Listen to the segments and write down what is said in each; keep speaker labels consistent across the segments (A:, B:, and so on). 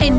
A: En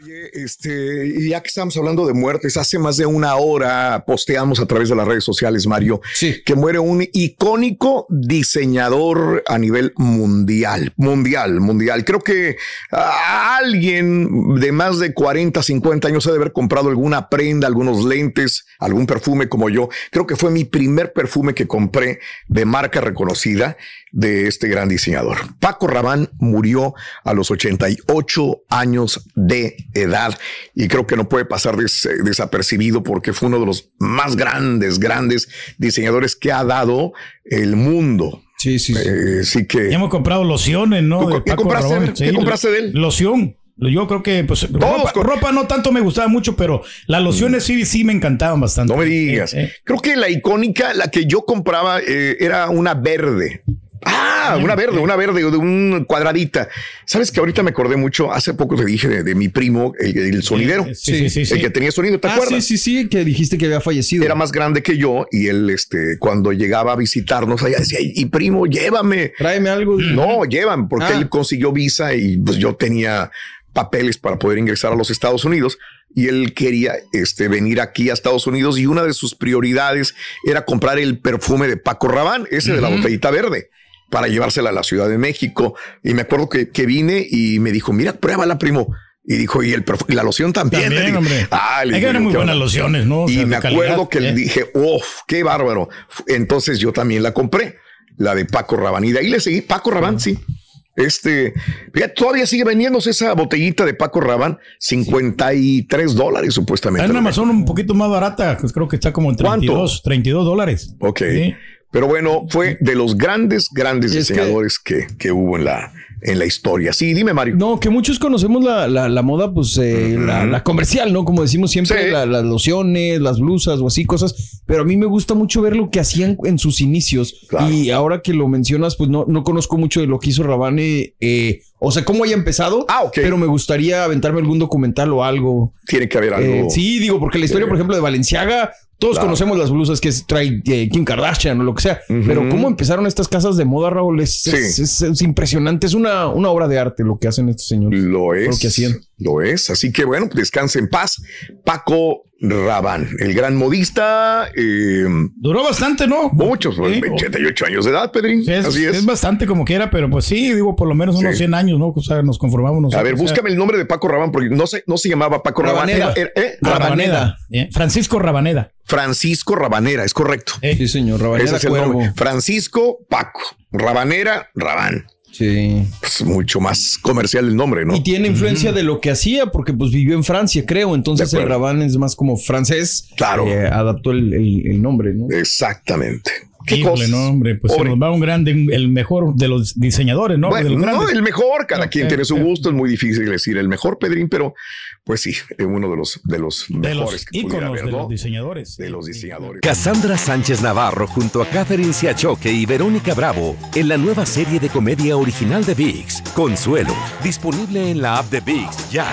B: Oye, este, y ya que estamos hablando de muertes, hace más de una hora posteamos a través de las redes sociales, Mario, que muere un icónico diseñador a nivel mundial, mundial, mundial. Creo que ah, alguien de más de 40, 50 años ha de haber comprado alguna prenda, algunos lentes, algún perfume como yo. Creo que fue mi primer perfume que compré de marca reconocida de este gran diseñador. Paco Rabán murió a los 88 años de edad y creo que no puede pasar des- eh, desapercibido porque fue uno de los más grandes, grandes diseñadores que ha dado el mundo. Eh,
C: Sí, sí, sí.
B: así que
C: Ya hemos comprado lociones, ¿no?
B: ¿Tú co-
C: De
B: qué
C: Paco
B: compraste?
C: Rabanne.
B: ¿Qué compraste de él?
C: Loción. Yo creo que, pues, ropa,
B: co-
C: ropa no tanto me gustaba mucho, pero las lociones sí, sí me encantaban bastante.
B: no me digas.
C: Eh, eh.
B: Creo que la icónica, la que yo compraba eh, era una verde. Ah, una verde, una verde de un cuadradita. Sabes que ahorita me acordé mucho. Hace poco te dije de, de mi primo, el, el sonidero,
C: eh, Sí, sí, sí, sí.
B: el que tenía sonido. ¿Te
C: Ah,
B: acuerdas?
C: sí,
B: sí, sí, que dijiste que había fallecido. Era más grande que yo y él, este, cuando llegaba a visitarnos allá decía, y primo, llévame. Tráeme algo. No, llévame, porque
C: Ah.
B: él consiguió visa y pues yo tenía papeles para poder ingresar a los Estados Unidos y él quería este, venir aquí a Estados Unidos y una de sus prioridades era comprar el perfume de Paco Rabanne, ese de la
D: Ujú.
B: botellita verde para llevársela a la Ciudad de México. Y me acuerdo que, que vine y me dijo, mira, pruébala, primo. Y dijo, y, el perfu- y la loción también.
C: También,
B: Le dije,
C: hombre.
B: "Ah", le
C: Hay que
B: dije,
C: ver muy
B: "¿Qué
C: buenas
B: onda?".
C: lociones, ¿no? O
B: y
C: sea, de
B: me acuerdo
C: calidad,
B: que
C: ¿eh?
B: dije, uff, qué bárbaro. Entonces yo también la compré, la de Paco Rabanne. Y de ahí le seguí, Paco Rabanne, sí. Este, fíjate, todavía sigue vendiéndose esa botellita de Paco Rabanne, 53 dólares supuestamente.
C: Hay una Amazon un poquito Ah, más barata, pues, creo que está como en 32, 32 dólares.
B: Ok. Pero bueno, fue de los grandes, grandes diseñadores que, que hubo en la, en la historia. Sí, dime, Mario.
D: No, que muchos conocemos la, la- la moda, pues eh, la, la comercial, ¿no? Como decimos siempre, la- las lociones, las blusas o así cosas. Pero a mí me gusta mucho ver lo que hacían en sus inicios. Y ahora que lo mencionas, pues no, no conozco mucho de lo que hizo Rabane. eh, o sea, cómo haya empezado. Ah, ok. Pero me gustaría aventarme algún documental o algo.
B: Tiene que haber
D: Eh,
B: algo.
D: sí, digo, porque la historia, por ejemplo, de Valenciaga, todos
B: Claro.
D: conocemos las blusas que es- trae eh, Kim Kardashian o lo que sea, pero cómo empezaron estas casas de moda, Raúl, es, es- es- es impresionante, es una, una obra de arte lo que hacen estos señores.
C: Pues,
B: Lo es.
D: Lo que hacían.
B: Lo es. Así que bueno, pues, descanse en paz. Paco Rabán, el gran modista. em,
C: Duró bastante, ¿no?
B: Muchos, pues, 88 años de edad, Pedrín.
C: Es,
B: Así es.
C: es bastante como quiera, pero pues sí, digo, por lo menos unos
B: Sí.
C: 100 años, ¿no? O sea, nos conformamos nosotros.
B: A ver,
C: o sea,
B: búscame el nombre de Paco Rabán, porque no se, no se llamaba Paco Rabán.
C: Rabanera.
B: Era- era- ¿eh?
C: Rabanera. Eh, Francisco Rabanera.
B: Francisco Rabanera, es correcto.
D: Sí, señor, Rabanera
B: Ese es el
D: Cuervo.
B: nombre. Francisco Paco. Rabanera, Rabán.
D: Sí.
B: Pues mucho más comercial el nombre, ¿no?
D: Y tiene influencia de lo que hacía, porque pues vivió en Francia, creo, entonces
B: De
D: el
B: acuerdo.
D: Rabanne es más como francés.
B: Claro.
D: Eh, adaptó el, el- el nombre, ¿no?
B: Exactamente.
C: Híjole, no, hombre, pues se
D: Pobre.
C: nos va un grande, el mejor de los diseñadores, ¿no?
B: Bueno,
C: de los
B: no,
C: grandes.
B: el mejor, cada
C: No,
B: quien
C: eh,
B: tiene su
C: eh,
B: gusto, es muy difícil decir el mejor, Pedrín, pero pues sí, es uno de los, de los
C: de
B: mejores
C: los
B: que pudiera
C: íconos
B: haber,
C: de
B: ¿no?
C: los diseñadores. De los
B: diseñadores.
E: Cassandra Sánchez Navarro junto a Catherine Siachoque y Verónica Bravo en la nueva serie de comedia original de Vix, Consuelo, disponible en la app de Vix ya.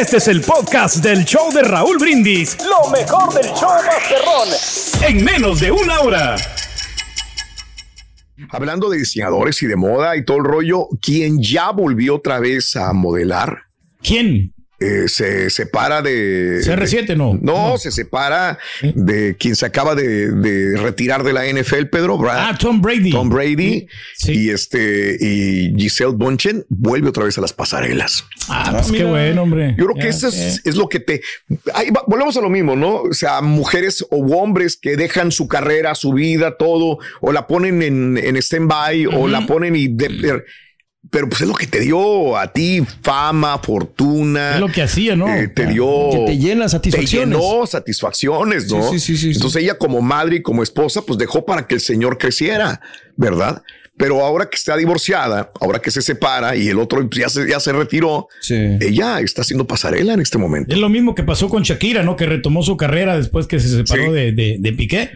F: Este es el podcast del show de Raúl Brindis. Lo mejor del show Masterrón. En menos de una hora.
B: Hablando de diseñadores y de moda y todo el rollo, quien ya volvió otra vez a modelar.
C: ¿Quién?
B: eh, se separa de.
C: CR7,
B: de-
C: no.
B: Eh, No, se separa de quien se acaba de, de retirar de la NFL, Pedro. Brad-
C: Ah, Tom Brady.
B: Tom Brady.
C: Sí.
B: Y este, y Giselle Bunchen vuelve otra vez a las pasarelas.
C: Ah, pues qué bueno, hombre.
B: Yo creo
C: Ya,
B: que eso es,
C: eh.
B: es lo que te. ahí va- volvemos a lo mismo, ¿no? O sea, mujeres o hombres que dejan su carrera, su vida, todo, o la ponen en, en stand-by, o la ponen y. de- de- pero pues es lo que te dio a ti fama, fortuna.
C: Es lo que hacía, ¿no? Ah.
B: eh, te dio.
D: Que te llena satisfacciones.
B: Te llenó satisfacciones, ¿no?
D: Sí, sí, sí, sí, sí.
B: Entonces ella como madre y como esposa, pues dejó para que el señor creciera, ¿verdad? Pero ahora que está divorciada, ahora que se separa y el otro pues, ya se, ya se retiró,
D: Sí.
B: ella está haciendo pasarela en este momento.
C: Es lo mismo que pasó con Shakira, ¿no? Que retomó su carrera después que se separó
B: Sí.
C: de, de, de Piqué.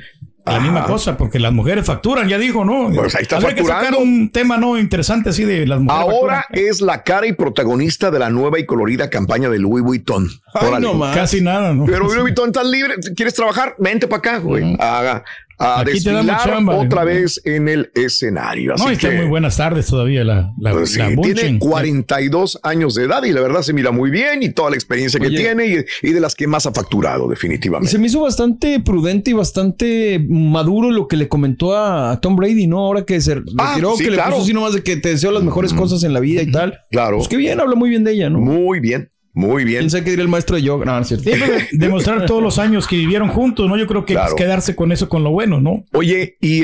C: La
B: Ajá.
C: misma cosa, porque las mujeres facturan, ya dijo, ¿no?
B: Pues ahí está
C: Habría que sacar
B: facturando.
C: un tema, ¿no? Interesante así de las mujeres.
B: Ahora
C: facturan.
B: es la cara y protagonista de la nueva y colorida campaña de Louis Vuitton.
D: Ay,
B: Órale.
D: no más.
C: Casi nada, ¿no?
B: Pero Louis Vuitton, estás libre, quieres trabajar, vente para acá, güey. A, a
C: Aquí te damos
B: desfilar
C: chamba,
B: otra
C: güey.
B: vez en el escenario.
C: No,
B: Así
C: y está
B: que-
C: muy buenas tardes todavía la, la,
B: Pues sí,
C: la
B: tiene
C: Bunchen. ¿eh?
B: 42 años de edad y la verdad se mira muy bien y toda la experiencia que
D: Oye.
B: tiene y, y de las que más ha facturado
D: Y
B: definitivamente.
D: se me hizo bastante prudente y bastante maduro lo que le comentó a Tom Brady, ¿no? Ahora que se retiró,
B: Ah, sí,
D: que le
B: claro.
D: puso así nomás de que te deseo las mejores cosas en la vida y tal.
B: Claro.
D: Pues qué bien, habla muy bien de ella, ¿no?
B: Muy bien, muy bien.
D: Pensé que diría el maestro de yoga. No, no es cierto.
C: Sí, pero demostrar todos los años que vivieron juntos, ¿no? Yo creo que
B: Claro.
C: es quedarse con eso, con lo bueno, ¿no?
B: Oye, y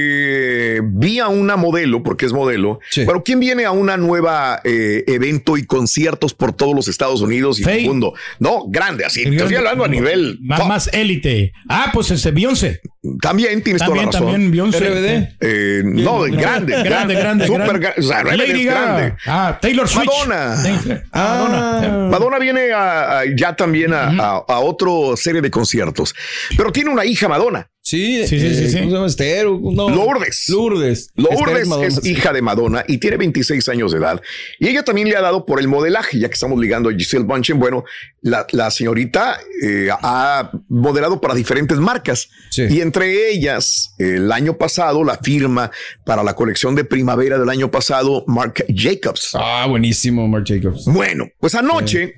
B: este vi a una modelo, porque es modelo,
D: Sí.
B: pero ¿quién viene a una nueva eh, evento y conciertos por todos los Estados Unidos y
C: Faye.
B: el mundo? No, grande, así. Estoy hablando a nivel.
C: Más,
B: top.
C: más élite. Ah, pues ese Beyoncé.
B: También tienes
C: También,
B: toda la razón.
C: también Beyoncé.
D: RBD.
B: Eh, no,
D: Bien,
B: grande,
C: Grande, grande,
B: grande,
C: grande.
B: Súper grande. O sea,
C: Lady
B: es
C: Gaga.
B: grande.
C: Ah, Taylor Swift.
B: Madonna.
C: Ah, Madonna.
B: Madonna viene a- a- ya también a, a, a otro serie de conciertos, pero tiene una hija Madonna.
D: Sí,
C: Sí, sí,
D: eh,
C: sí, sí.
D: ¿Cómo se llama? Esther, no.
B: Lourdes.
D: Lourdes. Esther
B: Lourdes
D: Este Madonna,
B: es
D: sí.
B: hija de Madonna y tiene 26 años de edad. Y ella también le ha dado por el modelaje, ya que estamos ligando a Giselle Bunchen. Bueno, la, la señorita eh, ha modelado para diferentes marcas.
D: Sí.
B: Y entre ellas, el año pasado, la firma para la colección de primavera del año pasado, Marc Jacobs.
D: Ah, buenísimo, Mark Jacobs.
B: Bueno, pues anoche,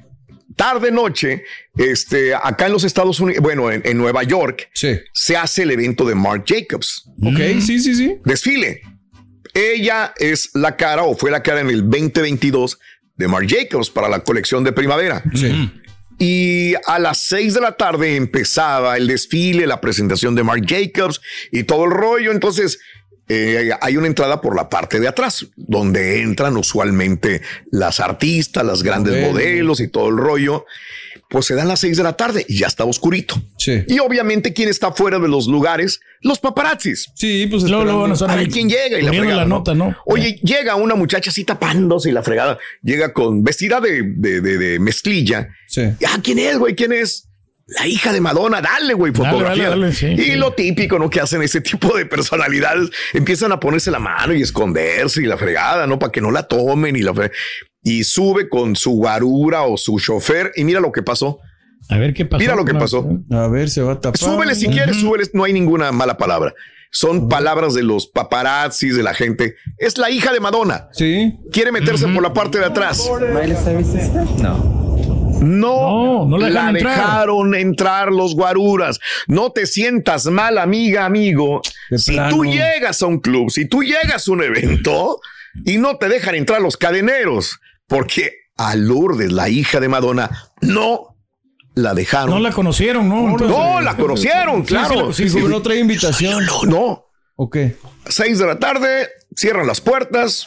B: tarde noche, este, acá en los Estados Unidos, bueno, en, en Nueva York,
D: Sí.
B: se hace el evento de Marc Jacobs,
D: Ok, sí, sí, sí.
B: desfile. Ella es la cara o fue la cara en el 2022 de Marc Jacobs para la colección de primavera.
D: Sí.
B: Y a las 6 de la tarde empezaba el desfile, la presentación de Marc Jacobs y todo el rollo. Entonces, eh, hay una entrada por la parte de atrás, donde entran usualmente las artistas, las grandes
D: Modelos.
B: modelos y todo el rollo. Pues se dan las 6 de la tarde y ya está oscurito.
D: Sí.
B: Y obviamente, ¿quién está fuera de los lugares? Los paparazzis.
D: Sí, pues
C: Luego, luego
D: esperando.
C: nos van
B: A ver quién llega y la
C: poniendo
B: fregada,
C: la
B: ¿no?
C: nota, ¿no?
B: Oye, llega una muchacha así tapándose y la fregada. Llega con vestida de, de, de- de mezclilla.
D: Sí.
B: Ah, ¿quién es, güey? ¿Quién es? La hija de Madonna, dale, güey,
C: Dale,
B: fotografía.
C: dale, dale, sí,
B: y
C: sí.
B: lo típico, ¿no? Que hacen ese tipo de personalidades. Empiezan a ponerse la mano y esconderse y la fregada, ¿no? Para que no la tomen y la fre- Y sube con su guarura o su chofer. Y mira lo que pasó.
C: A ver qué pasó.
B: Mira lo que
C: No,
B: pasó.
D: A ver, se va a tapar.
B: Súbele si quieres, súbele. No hay ninguna mala palabra. Son palabras de los paparazzis, de la gente. Es la hija de Madonna.
D: Sí.
B: Quiere meterse por la parte de atrás.
D: No.
B: No,
C: No, no la dejaron entrar.
B: dejaron entrar los guaruras. No te sientas mal, amiga, amigo.
D: De
B: si
D: plano.
B: tú llegas a un club, si tú llegas a un evento y no te dejan entrar los cadeneros, porque a Lourdes, la hija de Madonna, no la dejaron.
C: No la conocieron, ¿no? Entonces-
B: No la conocieron, claro.
D: Sí, como no trae invitación.
B: No, no.
D: Ok.
B: Seis de la tarde, cierran las puertas.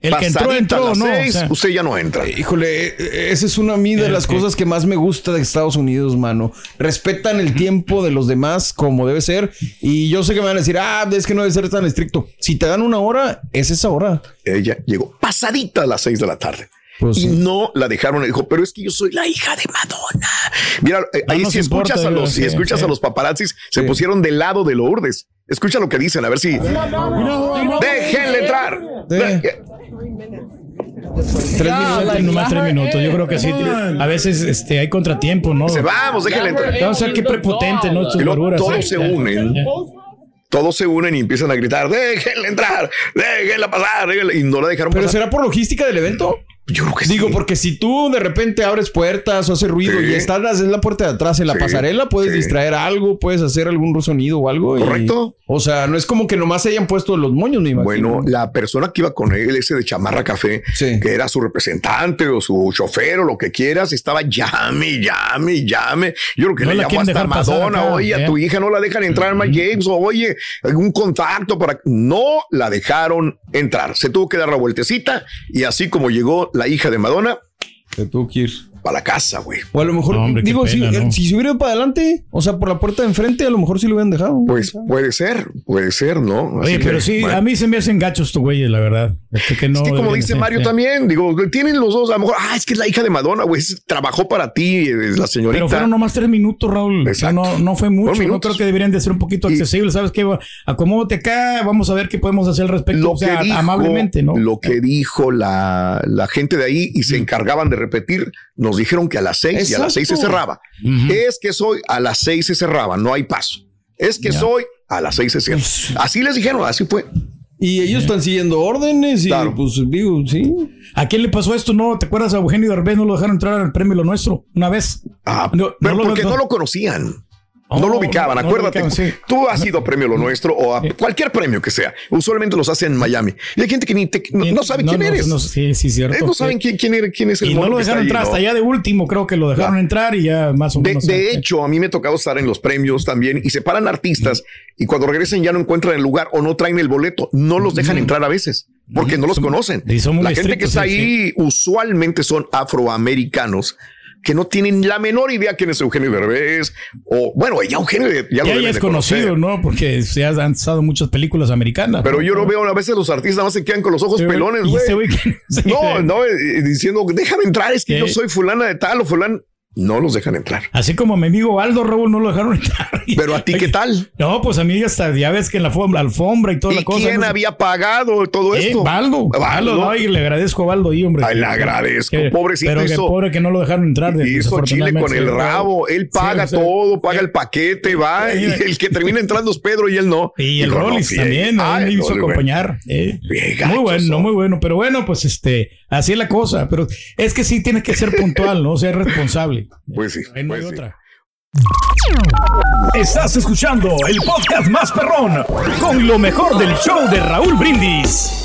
C: El que entró,
B: Pasadita
C: entró,
B: las
C: no. o
B: seis,
C: sea,
B: usted ya no entra.
D: Híjole, eh, esa es una a mí de
C: Eh,
D: las
C: eh.
D: cosas que más me gusta de Estados Unidos, mano. Respetan el tiempo de los demás como debe ser. Y yo sé que me van a decir, ah, es que no debe ser tan estricto. Si te dan una hora, es esa hora.
B: Ella llegó pasadita a las seis de la tarde.
D: Pues
B: y
D: sí.
B: no la dejaron. Dijo, pero es que yo soy la hija de Madonna. Mira, eh,
C: No
B: ahí
C: nos
B: si
C: importa,
B: escuchas
C: yo
B: a los, si
C: sé,
B: escuchas
C: sí.
B: a los paparazzis, se pusieron del lado de Lourdes. Escucha lo que dicen, a ver si. Déjenle entrar. Eh,
D: Sí. Eh, Tres minutos.
C: no más tres minutos. Yo creo que sí. A veces este, hay contratiempo, ¿no?
B: Se vamos, déjenle entrar.
C: No, o sea, qué prepotente, ¿no? Tus
B: Y luego
C: guaruras,
B: todos
C: eh.
B: se unen.
C: Ya.
B: Todos se unen y empiezan a gritar, déjenle entrar, déjenla pasar, déjenla", y no la dejaron
D: Pero
B: pasar.
D: será por logística del evento?
B: Yo creo que
D: Digo,
B: sí.
D: porque si tú de repente abres puertas o haces ruido
B: Sí.
D: y estás en la puerta de atrás, en la
B: Sí.
D: pasarela, puedes
B: Sí.
D: distraer algo, puedes hacer algún sonido o algo. y-
B: Correcto.
D: o sea, no es como que nomás se hayan puesto los moños, me imagino.
B: Bueno, la persona que iba con él, ese de chamarra café,
D: Sí.
B: que era su representante o su chofer o lo que quieras, estaba llame, llame, llame. Yo creo que
C: No
B: le
C: la
B: llamó
C: quieren
B: hasta
C: dejar pasar
B: Madonna,
C: acá,
B: oye, a
C: ¿eh?
B: tu hija no la dejan entrar, Mike James, o, oye, algún contacto para... No la dejaron entrar. Se tuvo que dar la vueltecita y así como llegó la hija de Madonna,
D: Te tuvo que ir.
B: para la casa, güey.
D: O a lo mejor,
C: No, hombre, qué
D: digo,
C: pena,
D: si,
C: ¿no?
D: si se hubiera ido para adelante, o sea, por la puerta de enfrente, a lo mejor sí lo hubieran dejado.
B: Pues puede ser, puede ser, ¿no? Así
C: Oye,
B: que,
C: pero sí,
B: bueno.
C: a mí se me hacen gachos tu güey, la verdad. Este que no
B: Es que como
C: deberían ¿eh?
B: dice
C: ser,
B: Mario
C: sí.
B: también, digo, tienen los dos, a lo mejor, ah, es que es la hija de Madonna, güey, es- trabajó para ti, es la señorita.
C: Pero fueron nomás tres minutos, Raúl. O sea, no,
B: Exacto.
C: no fue
B: Fueron
C: mucho. No
B: minutos.
C: creo que deberían de ser un poquito
B: Y-
C: accesibles. ¿Sabes qué? Acomódate acá, vamos a ver qué podemos hacer al respecto.
B: lo
C: o sea,
B: que dijo,
C: amablemente, ¿no? Eh.
B: Lo que dijo la, la gente de ahí y se encargaban de repetir, nos dijeron que a las seis y a las seis se
D: Exacto.
B: cerraba. Es que soy a las seis se cerraba, no hay paso. Es que soy a las seis se cierra.
C: Pues,
B: Así les dijeron, así fue.
D: Y ellos están siguiendo órdenes y
B: Claro.
D: pues digo, sí.
C: ¿A quién le pasó esto? ¿No te acuerdas a Eugenio Derbez? No lo dejaron entrar al premio Lo Nuestro una vez.
B: Ah,
C: No,
B: pero
C: no lo-
B: porque no,
C: no-
B: lo conocían.
C: Oh,
B: No lo ubicaban,
C: no lo
B: acuérdate.
C: ubicaban, sí.
B: Tú has ido a premio lo nuestro o a cualquier premio que sea. Usualmente los hacen en Miami. Y hay gente que ni te- no, no sabe quién eres.
C: no, sí, sí,
B: Eh,
C: cierto.
B: no saben quién, quién, eres- quién es el
C: Y no
B: mono
C: lo
B: que está
C: dejaron
B: ahí,
C: entrar.
B: ¿no?
C: Hasta ya de último creo que lo dejaron
B: Claro.
C: entrar y ya más o
B: De,
C: menos.
B: de
C: eh,
B: hecho, a mí me tocaba estar en los premios también y se paran artistas y cuando regresen ya no encuentran el lugar o no traen el boleto. No los dejan entrar a veces porque no los
C: Son-
B: conocen.
C: y son muy
B: La gente que
C: estrictos,
B: está
C: sí,
B: ahí usualmente son afroamericanos que no tienen la menor idea quién es Eugenio Derbez o bueno, ya Eugenio ya, lo
C: Ya,
B: deben
C: ya es
B: de conocer.
C: conocido, ¿no? Porque se han lanzado muchas películas americanas.
B: Pero
C: ¿no?
B: yo lo veo a veces los artistas nada más se quedan con los ojos
C: Sí, güey.
B: pelones,
C: ¿Y
B: güey.
C: este güey quién es?
B: No, no, eh, eh, diciendo, déjame entrar, es que
C: Sí.
B: yo soy fulana de tal o fulán. No los dejan entrar.
C: Así como a mi amigo Baldo Raúl no lo dejaron entrar.
B: Pero a ti, ¿qué tal?
C: No, pues a mí hasta ya ves que en la alfombra, alfombra y toda
B: ¿Y
C: la cosa.
B: quién
C: no sé-
B: había pagado todo
C: Eh,
B: esto?
C: Baldo. Baldo.
B: Baldo.
C: ay, le agradezco a Baldo y hombre. Eh,
B: Ay, le agradezco, pobrecito,
C: Pero que
B: hizo-
C: pobre que no lo dejaron entrar. de-
B: Y hizo Chile
C: desafortunadamente,
B: con el
C: sí,
B: rabo. Él
C: sí,
B: paga
C: o sea,
B: todo, paga
C: eh,
B: el paquete, va.
C: eh,
B: Y
C: eh.
B: el que termina entrando es Pedro y él no.
C: Y el
B: Digo, no,
C: Rollis
B: sí,
C: también,
B: ay,
C: ahí me
B: no,
C: hizo
B: güey.
C: acompañar. eh.
B: Bien
C: Muy
B: gachos
C: bueno,
B: son.
C: muy bueno. Pero bueno, pues este, así es la cosa. Pero es que sí tienes que ser puntual, ¿no? Ser responsable.
B: Pues sí,
C: Ahí no hay
B: pues sí.
C: otra.
F: Estás escuchando el podcast más perrón con lo mejor del show de Raúl Brindis.